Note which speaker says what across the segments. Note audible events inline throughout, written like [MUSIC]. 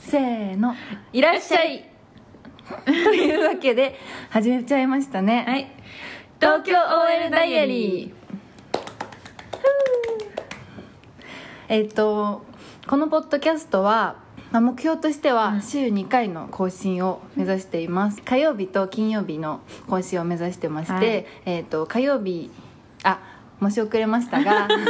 Speaker 1: せーの [LAUGHS] いらっしゃいというわけで始めちゃいましたね
Speaker 2: はい東京 OL ダイアリー
Speaker 1: えっとこのポッドキャストは、まあ、目標として
Speaker 2: う
Speaker 1: は
Speaker 2: ん
Speaker 1: 週2回の更新を目指しています、火曜日と金曜日の更新を目指してまして、
Speaker 2: はい
Speaker 1: えっと火曜日あ申し遅れました
Speaker 2: [LAUGHS]
Speaker 1: が
Speaker 2: 申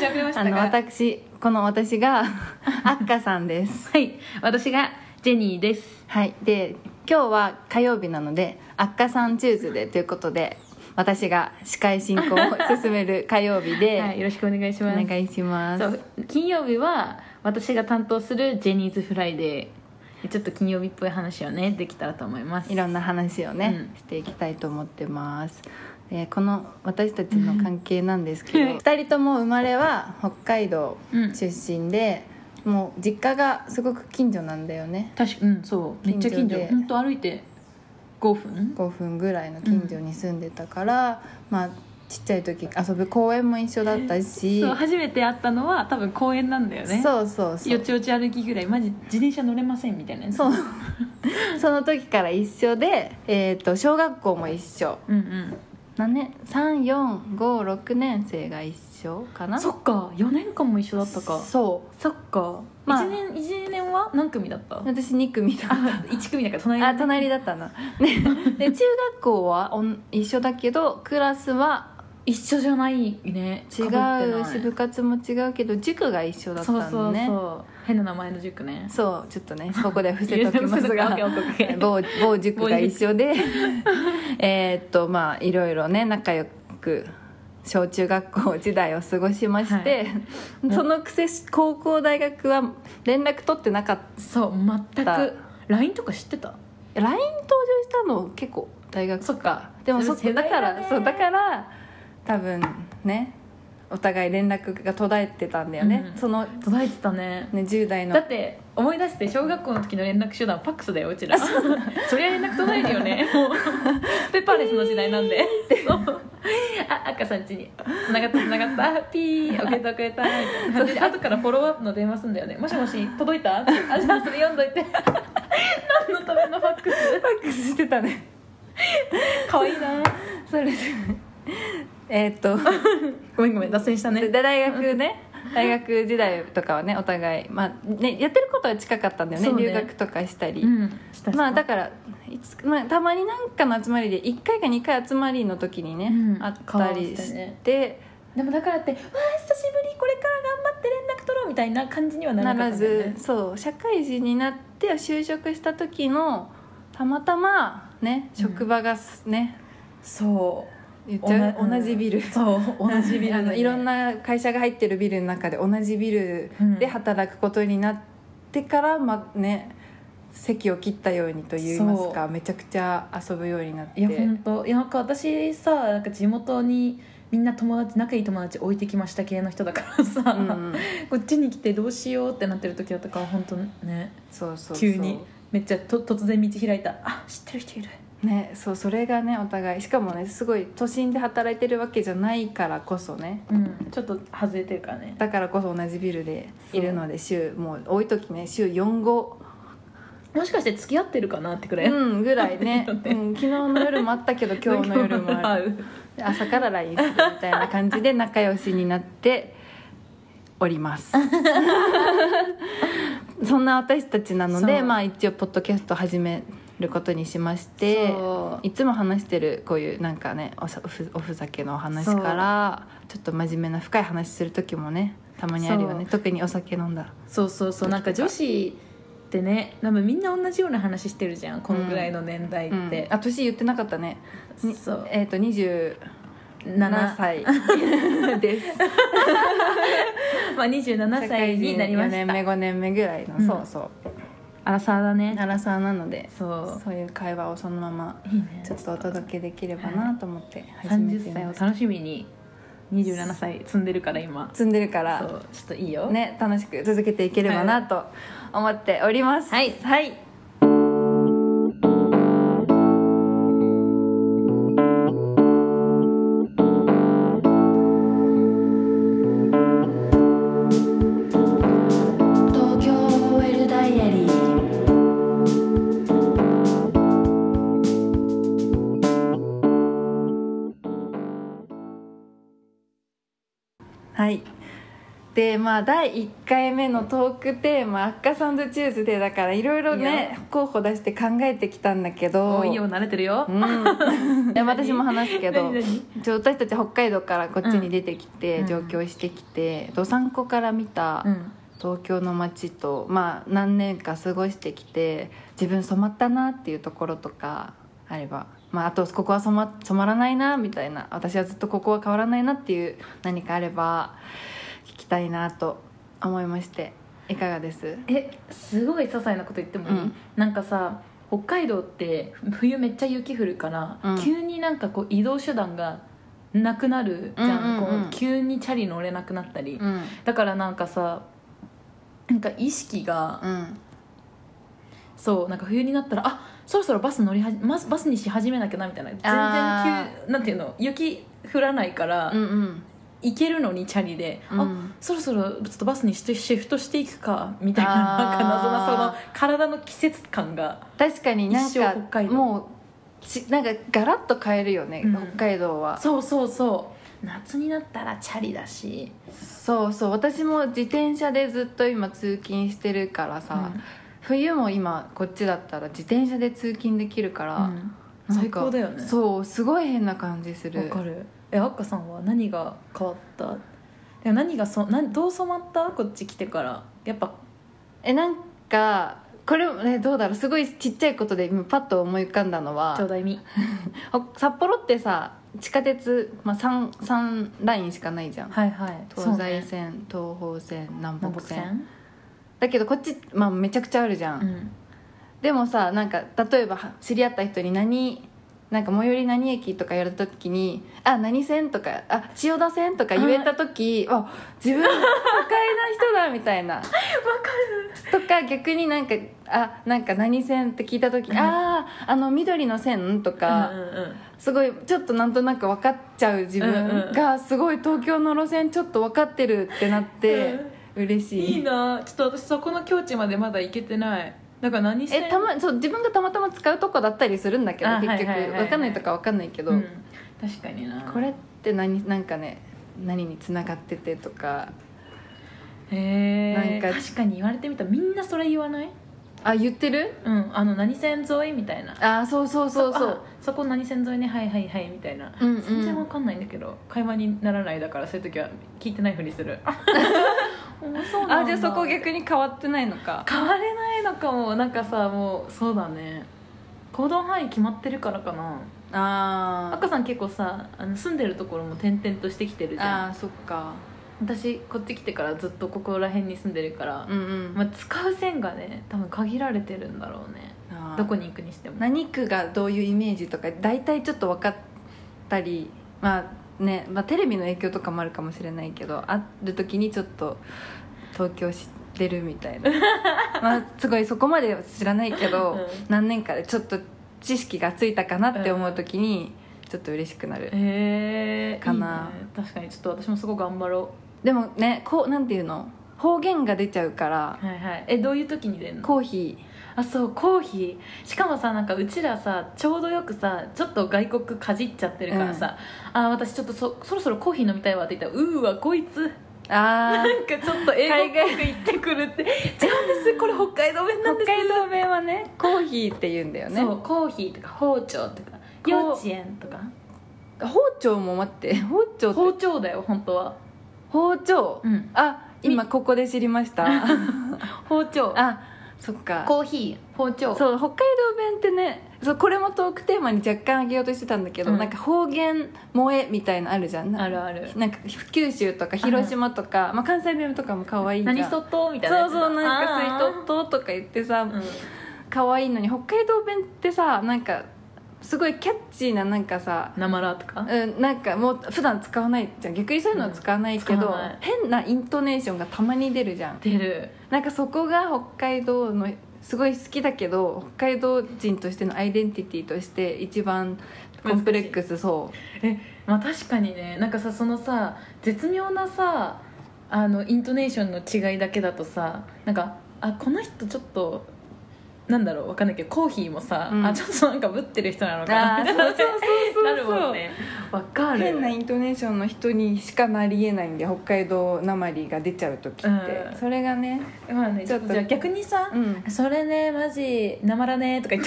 Speaker 2: し遅れまし
Speaker 1: あ
Speaker 2: た
Speaker 1: の
Speaker 2: が
Speaker 1: 私この私が [LAUGHS] あっかさんです
Speaker 2: はい私がジェニーです
Speaker 1: はいで今日は火曜日なのであっかさんチューズデーということで私が司会進行を進める火曜日で、
Speaker 2: [LAUGHS] はいよろしくお願いし
Speaker 1: お
Speaker 2: ます
Speaker 1: 願いします
Speaker 2: そう金曜日は私が担当するジェニーズフライデーちょっと金曜日っぽい話をねできたらと思います
Speaker 1: いろんな話をね、
Speaker 2: うん
Speaker 1: していきたいと思ってますでこの私たちの関係なんですけど
Speaker 2: うん
Speaker 1: 2人とも生まれは北海道
Speaker 2: うん
Speaker 1: 出身で、もう実家がすごく近所なんだよね
Speaker 2: 確かうんそうめっちゃ
Speaker 1: 近
Speaker 2: 近
Speaker 1: 所
Speaker 2: 所
Speaker 1: で
Speaker 2: 本当歩いて5分
Speaker 1: 5分ぐらいの近所に住んでたから、まあちっちゃい時遊ぶ公園も一緒だったし
Speaker 2: そう初めて会ったのは多分公園なんだよね
Speaker 1: そうそうそ
Speaker 2: よ
Speaker 1: う
Speaker 2: ちよち歩きぐらいマジ自転車乗れませんみたいなやつ
Speaker 1: そう [LAUGHS] その時から一緒で、えー、と小学校も一緒
Speaker 2: うんうん
Speaker 1: 何年3456年生が一緒かな
Speaker 2: そっか4年間も一緒だったか
Speaker 1: そう
Speaker 2: そっか、
Speaker 1: まあ
Speaker 2: 1年一年は何組だった
Speaker 1: 私2組だっ
Speaker 2: 1組だから隣
Speaker 1: た
Speaker 2: だ
Speaker 1: あ隣だったな、ね、 [LAUGHS] で中学校はおん一緒だけどクラスは
Speaker 2: 一緒じゃないね
Speaker 1: 違うし部活も違うけど塾が一緒だ
Speaker 2: だ
Speaker 1: った
Speaker 2: そうそ
Speaker 1: の
Speaker 2: う
Speaker 1: ねそう
Speaker 2: そう変な名前の塾ね
Speaker 1: ちょっとねここで伏せときます
Speaker 2: [LAUGHS]
Speaker 1: が
Speaker 2: いや伏せ
Speaker 1: [LAUGHS]
Speaker 2: とく
Speaker 1: 某某塾が一緒で [LAUGHS] えーっとまあいろいろね仲良く小中学校時代を過ごしまして、 [LAUGHS] そのくせ高校大学は連絡取ってなかった
Speaker 2: そう全く LINE とか知ってた
Speaker 1: LINE 登場したの結構大学
Speaker 2: そっか
Speaker 1: でもそっ
Speaker 2: それ
Speaker 1: かだ
Speaker 2: 世代
Speaker 1: か
Speaker 2: だね
Speaker 1: らそうだから多分ねお互い連絡が途絶えてたんだよね、
Speaker 2: うん
Speaker 1: その、ね、
Speaker 2: 途絶えてたね
Speaker 1: 10代の
Speaker 2: だって思い出して小学校の時の連絡手段ファックスだようちらそりゃ連絡途絶えるよ [LAUGHS] ねもうペーパーレスの時代なんでそうあ赤さんちにつながったつながったピー送れた送れたみたいな感じで後からフォローアップの電話すんだよねもしもし届い [LAUGHS] たってあじゃあそれ読んどいて何のためのファックス
Speaker 1: ファックスしてたね
Speaker 2: 可愛いな
Speaker 1: それで [LAUGHS] えーっと
Speaker 2: ごめんごめん脱線した
Speaker 1: で大学ね大学時代とかはねお互い、まあね、やってることは近かったんだよね
Speaker 2: そうね
Speaker 1: 留学とかしたり、
Speaker 2: うんした
Speaker 1: まあだ
Speaker 2: か
Speaker 1: からいつ、まあ、たまになんかの集まりで1回か2回集まりの時にね、
Speaker 2: うん
Speaker 1: あったりして
Speaker 2: でもだからって「わあ久しぶりこれから頑張って連絡取ろう」みたいな感じにはな
Speaker 1: な
Speaker 2: らなからったんだよ
Speaker 1: ず
Speaker 2: ね
Speaker 1: そう社会人になって就職した時のたまたまね
Speaker 2: うん
Speaker 1: 職場がすね、
Speaker 2: そう
Speaker 1: 言っちゃう同じビル
Speaker 2: そう同じビ
Speaker 1: [LAUGHS]
Speaker 2: ル
Speaker 1: あのいろん
Speaker 2: な
Speaker 1: な会社が入ってるビルの中で同じビルで働くことになってから、まあね席を切ったようにと言いますかめちゃくちゃ遊ぶようになっ
Speaker 2: いや
Speaker 1: て
Speaker 2: 本当いやなんか私さなんか地元にみんな友達仲いい友達置いてきました系の人だからさ、
Speaker 1: うん
Speaker 2: こっちに来てどうしようってなってる時だったから本当ね
Speaker 1: そうそうそう
Speaker 2: 急にめっちゃと突然道開いたあ知ってる人いる
Speaker 1: ねそうそれがねお互いしかもねすごい都心で働いてるわけじゃないからこそね
Speaker 2: うんちょっと外れてるからね
Speaker 1: だからこそ同じビルでいるので週もう多い時ね週45、
Speaker 2: もしかして付き合ってるかなってくらい、
Speaker 1: うん、ぐらい
Speaker 2: [LAUGHS]
Speaker 1: ね
Speaker 2: いいよね
Speaker 1: うん、昨日の夜もあったけど今日の夜も
Speaker 2: [LAUGHS]
Speaker 1: ある
Speaker 2: る
Speaker 1: 朝から LINE するみたいな感じで仲良しになっております
Speaker 2: [LAUGHS]
Speaker 1: そんな私たちなので、
Speaker 2: そう
Speaker 1: まあ、一応ポッドキャスト始めることにしまして
Speaker 2: そう
Speaker 1: いつも話してるこういうなんかねおさおふおふざけのお話からちょっと真面目な深い話する時もねたまにあるよね特にお酒飲んだら
Speaker 2: そうそうそうなんか女子ってねなんかみんな同じような話してるじゃんこのぐらいの年代っ
Speaker 1: うん
Speaker 2: て、
Speaker 1: あ年言ってなかったねに
Speaker 2: そう
Speaker 1: えっ、と27
Speaker 2: 7
Speaker 1: 歳です
Speaker 2: [LAUGHS] まあ、27歳になりまし
Speaker 1: 4
Speaker 2: た
Speaker 1: 年目5年目ぐらいの、
Speaker 2: うん
Speaker 1: そうそ
Speaker 2: アラサーだ
Speaker 1: う
Speaker 2: ね
Speaker 1: 長さなので
Speaker 2: そう
Speaker 1: そういう会話をそのまま
Speaker 2: いいね
Speaker 1: ちょっとお届けできればなと思って始めて
Speaker 2: 30
Speaker 1: み
Speaker 2: 歳を
Speaker 1: ました
Speaker 2: 楽しみに27歳積んでるから今
Speaker 1: 積んでるか
Speaker 2: そ
Speaker 1: ら
Speaker 2: うちょっといいよ、
Speaker 1: ね楽しく続けていければなと思っております
Speaker 2: はい
Speaker 1: はい東京 OL はいでまあ第1回目のトークテーマ「アッカサンドチューズデー」だからいろいろ
Speaker 2: いい
Speaker 1: ね候補出して考えてきたんだけど
Speaker 2: もういいよ慣れてるよ
Speaker 1: うんい
Speaker 2: [LAUGHS]
Speaker 1: や私も話すけど
Speaker 2: 何何
Speaker 1: ちょ私たち北海道からこっちに出てきて、
Speaker 2: うん
Speaker 1: 上京してきてどさんこから見た
Speaker 2: うん
Speaker 1: 東京の街と、まあ、何年か過ごしてきて自分染まったなっていうところとかあれば、まあ、あとここは染ま染まらないなみたいな私はずっとここは変わらないなっていう何かあれば聞きたいなと思いましていかがです
Speaker 2: えすごい些細なこと言ってもいい、
Speaker 1: うん
Speaker 2: なんかさ北海道って冬めっちゃ雪降るから、
Speaker 1: うん
Speaker 2: 急になんかこう移動手段がなくなるじゃん,、
Speaker 1: うんうんうん
Speaker 2: こう急にチャリ乗れなくなったり、
Speaker 1: うん
Speaker 2: だからなんかさなんか意識が、
Speaker 1: うん
Speaker 2: そうなんか冬になったらあそろそろバス乗りはじバスバスにし始めなきゃなみたいな全
Speaker 1: あ
Speaker 2: 然急なんていうの雪降らないから、
Speaker 1: うんうん
Speaker 2: 行けるのにチャリで、
Speaker 1: う
Speaker 2: あ
Speaker 1: ん
Speaker 2: そろそろちょっとバスにしてシフトしていくかみたいななんか謎なそ
Speaker 1: あ
Speaker 2: の体の季節感が
Speaker 1: 確かになん
Speaker 2: 一生北
Speaker 1: か
Speaker 2: 海道
Speaker 1: もうちなんかガラッと変えるよね、
Speaker 2: うん
Speaker 1: 北海道は
Speaker 2: そうそうそう夏になったらチャリだし
Speaker 1: そうそう私も自転車でずっと今通勤してるからさ、冬も今こっちだったら自転車で通勤できるから、
Speaker 2: うんうん
Speaker 1: なん
Speaker 2: 最
Speaker 1: か
Speaker 2: 高だよね
Speaker 1: そうすごい変な感じす
Speaker 2: わ
Speaker 1: る
Speaker 2: かるえあっかさんは何が変わったでも何がそなんどう染まったこっち来てからやっぱ
Speaker 1: えなんかこれもねどうだろうすごいちっちゃいことで今パッと思い浮かんだの
Speaker 2: ちょ
Speaker 1: は
Speaker 2: うだいみ
Speaker 1: ほ札幌ってさ地下鉄、まあ、3, 3ラインしかないじゃん
Speaker 2: はいはい
Speaker 1: 東西
Speaker 2: ね、
Speaker 1: 線、東方線南
Speaker 2: 南
Speaker 1: 北線
Speaker 2: 北線
Speaker 1: だけどこっち、まあ、めちゃくちゃあるじゃん、
Speaker 2: うん
Speaker 1: でもさなんか例えばは知り合った人に何なんか最寄り何駅とかやれた時に「あ何線?」とか「あ千代田線?」とか言えた時あ自分都会な人だみたいなわかるとか逆になんか「あなんか何線?」って聞いた時「
Speaker 2: うん
Speaker 1: あああの緑の線?」とか、
Speaker 2: うんうんうん
Speaker 1: すごいちょっとなんとなく分かっちゃう自分がすごい東京の路線ちょっと分かってるってなって嬉しい
Speaker 2: いいなちょっと私そこの境地までまだ行けてないだから何線
Speaker 1: えたまそう自分がたまたま使うとこだったりするんだけど
Speaker 2: あ
Speaker 1: 結
Speaker 2: はい
Speaker 1: 局、
Speaker 2: はいはいはい
Speaker 1: わかんないとかわかんないけど、
Speaker 2: うん、確かにな
Speaker 1: これって何なんかね何につながっててとか
Speaker 2: へえ
Speaker 1: なんか
Speaker 2: 確かに言われてみたらみんなそれ言わない
Speaker 1: あ言ってる
Speaker 2: うんあの何線沿いみたいな
Speaker 1: あそうそうそうそう
Speaker 2: あそこ何線沿いねはいはいはいみたいな、
Speaker 1: うんうん
Speaker 2: 全然わかんないんだけど会話にならないだからそういう時は聞いてないふり
Speaker 1: [LAUGHS]
Speaker 2: するあそうなんだ
Speaker 1: あじゃあそこ逆に変わってないのか
Speaker 2: 変われないのかもなんかさもうそうだね行動範囲決まってるからかな
Speaker 1: あ
Speaker 2: 赤さん結構さあの住んでるところも転々としてきてる
Speaker 1: ー
Speaker 2: じゃん
Speaker 1: あーそっか
Speaker 2: 私こっち来てからずっとここら辺に住んでるから、
Speaker 1: うんうん、
Speaker 2: まあ、使う線がね多分限られてるんだろうね
Speaker 1: あー
Speaker 2: どこに行くにしても
Speaker 1: 何区がどういうイメージとか大体ちょっと分かったりまあね、まあ、テレビの影響とかもあるかもしれないけど会る時にちょっと東京知ってるみた
Speaker 2: [LAUGHS]
Speaker 1: いなまあすごいそこまでは知らないけど、
Speaker 2: うん
Speaker 1: 何年かでちょっと知識がついたかなって思う時にちょっと嬉しくなる、
Speaker 2: へえ
Speaker 1: かな
Speaker 2: ね、確かにちょっと私もすごく頑張ろ
Speaker 1: でもねこうなんていうの方言が出ちゃうから
Speaker 2: うはいはいえどういう時に出んの
Speaker 1: コーヒ
Speaker 2: あそうコーヒーしかもさなんかうちらさちょうどよくさちょっと外国かじっちゃってるからさ、あ私ちょっとそそろそろコーヒー飲みたいわって言ったら「うーわこいつ
Speaker 1: ーあ
Speaker 2: なんかちょっと英語っぽく言ってくる」って「違うんですこれ北海道弁 [LAUGHS] な
Speaker 1: あ
Speaker 2: んで
Speaker 1: 北
Speaker 2: すよ
Speaker 1: 海道弁はねコーヒーって言うんだよね
Speaker 2: そうコーヒーとか包丁とか
Speaker 1: こう
Speaker 2: 幼稚園とか
Speaker 1: 包丁も待って包丁って
Speaker 2: 包丁だよ本当は
Speaker 1: 包丁、
Speaker 2: うん
Speaker 1: あ今ここで知りま
Speaker 2: [LAUGHS]
Speaker 1: した
Speaker 2: 包丁
Speaker 1: あそっか
Speaker 2: コーヒー包丁
Speaker 1: そう北海道弁ってねそうこれもトークテーマに若干あげようとしてたんだけど、
Speaker 2: うん
Speaker 1: なんか方言萌えみたいのあるじゃんな
Speaker 2: あるある
Speaker 1: なんか九州とか広島とか、まあ、関西弁とかも可愛いじゃん
Speaker 2: 何そっとみたいな
Speaker 1: そ
Speaker 2: や
Speaker 1: う
Speaker 2: つ
Speaker 1: そうなんか「水
Speaker 2: あ
Speaker 1: とっと」とか言ってさ、
Speaker 2: ーうん
Speaker 1: 可愛いのに北海道弁ってさなんかすごいキャッチーななんかさ
Speaker 2: なまらとか
Speaker 1: うん、なんかもう普段使わないじゃん逆にそういうのは使わないけど、
Speaker 2: うん使わない
Speaker 1: 変なイントネーションがたまに出るじゃん
Speaker 2: 出る
Speaker 1: なんかそこが北海道のすごい好きだけど北海道人としてのアイデンティティとして一番コンプレックスそ
Speaker 2: えまあ確かにねなんかさそのさ絶妙なさあのイントネーションの違いだけだとさなんかあこの人ちょっとなんだろうわかんないけどコーヒーもさ、
Speaker 1: うん
Speaker 2: あちょっとなんかぶってる人なのかな
Speaker 1: あー
Speaker 2: みたいなね
Speaker 1: そうそうそうそう
Speaker 2: [LAUGHS] なるもんねわかる
Speaker 1: 変なイントネーションの人にしかなりえないんで北海道なまりが出ちゃう時って、
Speaker 2: うん
Speaker 1: それがね
Speaker 2: まあね
Speaker 1: ち
Speaker 2: ち
Speaker 1: ょ
Speaker 2: ょ
Speaker 1: っ
Speaker 2: っ
Speaker 1: と
Speaker 2: とじゃあ逆にさ、
Speaker 1: うん
Speaker 2: それねマジなまらねーとか言っ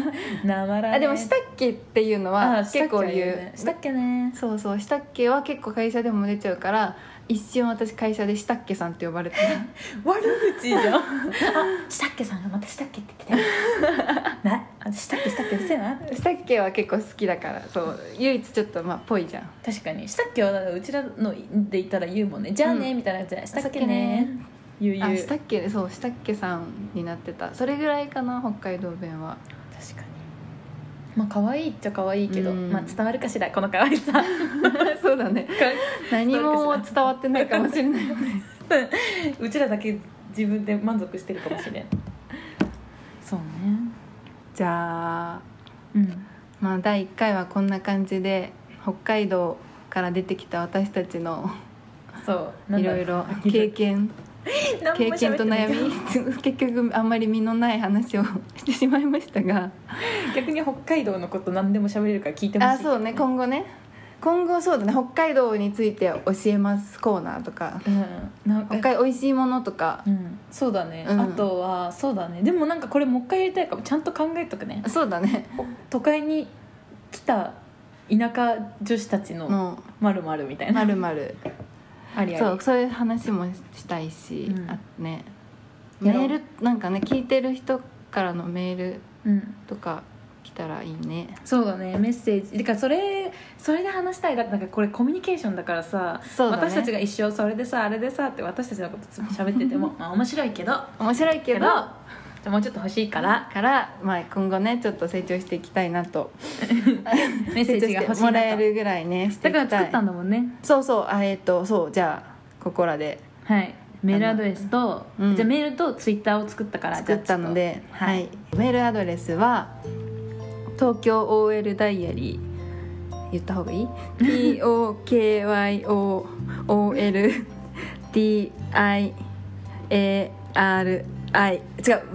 Speaker 2: と [LAUGHS] くなまらねー
Speaker 1: あでも「したっけ?」っていうのは
Speaker 2: あ
Speaker 1: 結構言う
Speaker 2: したっけは言うね
Speaker 1: そうそう「したっけ?」は結構会社でも出ちゃうから一瞬私会社で「したっけさん」って呼ばれて
Speaker 2: [LAUGHS] 悪口じゃん [LAUGHS] あしたっけさんがまたしたっけって言 [LAUGHS] ってたなあしたっけしたっけうるせえな
Speaker 1: 「したっけ?」は結構好きだからそう唯一ちょっとまあぽいじゃん
Speaker 2: 確かにしたっけはだからうちらのでいたら言うもんねじゃあね、
Speaker 1: う
Speaker 2: みたいなやつじゃないした
Speaker 1: さ
Speaker 2: っけね言う言
Speaker 1: あ
Speaker 2: う
Speaker 1: したっけそうしたっけさんになってたそれぐらいかな北海道弁は [LAUGHS]
Speaker 2: 確かにまあ可愛いっちゃ可愛いけど、
Speaker 1: うん
Speaker 2: まあ伝わるかしらこの可愛 [LAUGHS] さ
Speaker 1: そうだね何も伝わってないかもしれないう
Speaker 2: ちらだけ自分で満足してるかもしれんそうね
Speaker 1: [LAUGHS] じゃあ
Speaker 2: うん
Speaker 1: まあ第1回はこんな感じで北海道から出てきた私たちの
Speaker 2: そうなん
Speaker 1: い
Speaker 2: だ
Speaker 1: ろいろ経験
Speaker 2: [LAUGHS] 何も
Speaker 1: 経
Speaker 2: 喋ってない
Speaker 1: 験と悩み結局あんまり身のない話を [LAUGHS] してしまいましたが
Speaker 2: [LAUGHS] 逆に北海道のこと何でも喋れるから聞いてほしい
Speaker 1: あそうね今後ね今後そうだね北海道について教えますコーナーとか
Speaker 2: うんなんか
Speaker 1: 北海道おいしいものとか
Speaker 2: うん、そうだね、
Speaker 1: うん
Speaker 2: あとはそうだねでもなんかこれもう一回やりたいかもちゃんと考えとくね
Speaker 1: そうだね
Speaker 2: 都会に来た田舎女子たちの
Speaker 1: も
Speaker 2: まるまるみたいうな、
Speaker 1: まるまる
Speaker 2: ありあり
Speaker 1: そうそういう話もしたいし、
Speaker 2: うん
Speaker 1: あねメ
Speaker 2: やろう
Speaker 1: ールなんかね聞いてる人からのメール
Speaker 2: うん、
Speaker 1: とか来たらいいね
Speaker 2: そうだねメッセージてかそれそれで話したいだってなんかこれコミュニケーションだからさ
Speaker 1: そうだね
Speaker 2: 私たちが一生それでさあれでさって私たちのことつ喋って
Speaker 1: [LAUGHS]
Speaker 2: てもまあ面白いけど
Speaker 1: 面白いけ
Speaker 2: け
Speaker 1: ど
Speaker 2: どじゃあもうちょっと欲し
Speaker 1: [LAUGHS]
Speaker 2: いから
Speaker 1: から、まあ、今後ねちょっと成長していきたいなと
Speaker 2: メッセージが
Speaker 1: 成長
Speaker 2: 欲
Speaker 1: し
Speaker 2: してい
Speaker 1: も
Speaker 2: なと
Speaker 1: らえるぐらいねしてい
Speaker 2: だ
Speaker 1: き
Speaker 2: か
Speaker 1: たい
Speaker 2: ら作ったんだもんね
Speaker 1: そうそうあえっ、とそうじゃあここらで
Speaker 2: はい、メールアドレスと、
Speaker 1: うん
Speaker 2: じゃあメールとツイッターを作ったから
Speaker 1: 作ったので、
Speaker 2: じゃあ
Speaker 1: はい、メールアドレスは東京 OL ダイアリー言った方がい
Speaker 2: [LAUGHS]
Speaker 1: い ?TOKYOOL DIARI 違う Y
Speaker 2: ちょっと
Speaker 1: [LAUGHS]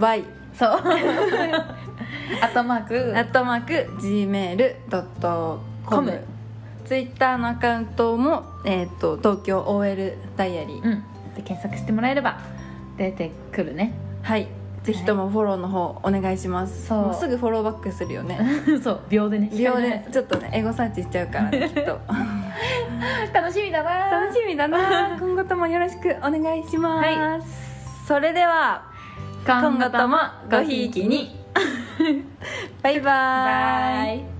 Speaker 2: そうアットマーク
Speaker 1: アットマーク Gmail.com
Speaker 2: com
Speaker 1: ツイッターのアカウントも、えー、と東京 OL ダイアリー、
Speaker 2: うんで検索してもらえれば出てくるね [LAUGHS]
Speaker 1: はいぜひともフォローの方お願いします、
Speaker 2: そう
Speaker 1: もうすぐフォローバックするよね
Speaker 2: そう秒でね
Speaker 1: 秒
Speaker 2: [LAUGHS]
Speaker 1: でちょっとねエゴサーチしちゃうからねきっ [LAUGHS] と
Speaker 2: 楽しみだな
Speaker 1: 楽しみだな [LAUGHS] 今後ともよろしくお願いします、
Speaker 2: は
Speaker 1: それでは
Speaker 2: 今後ともごひいきに
Speaker 1: バイバイ
Speaker 2: バイ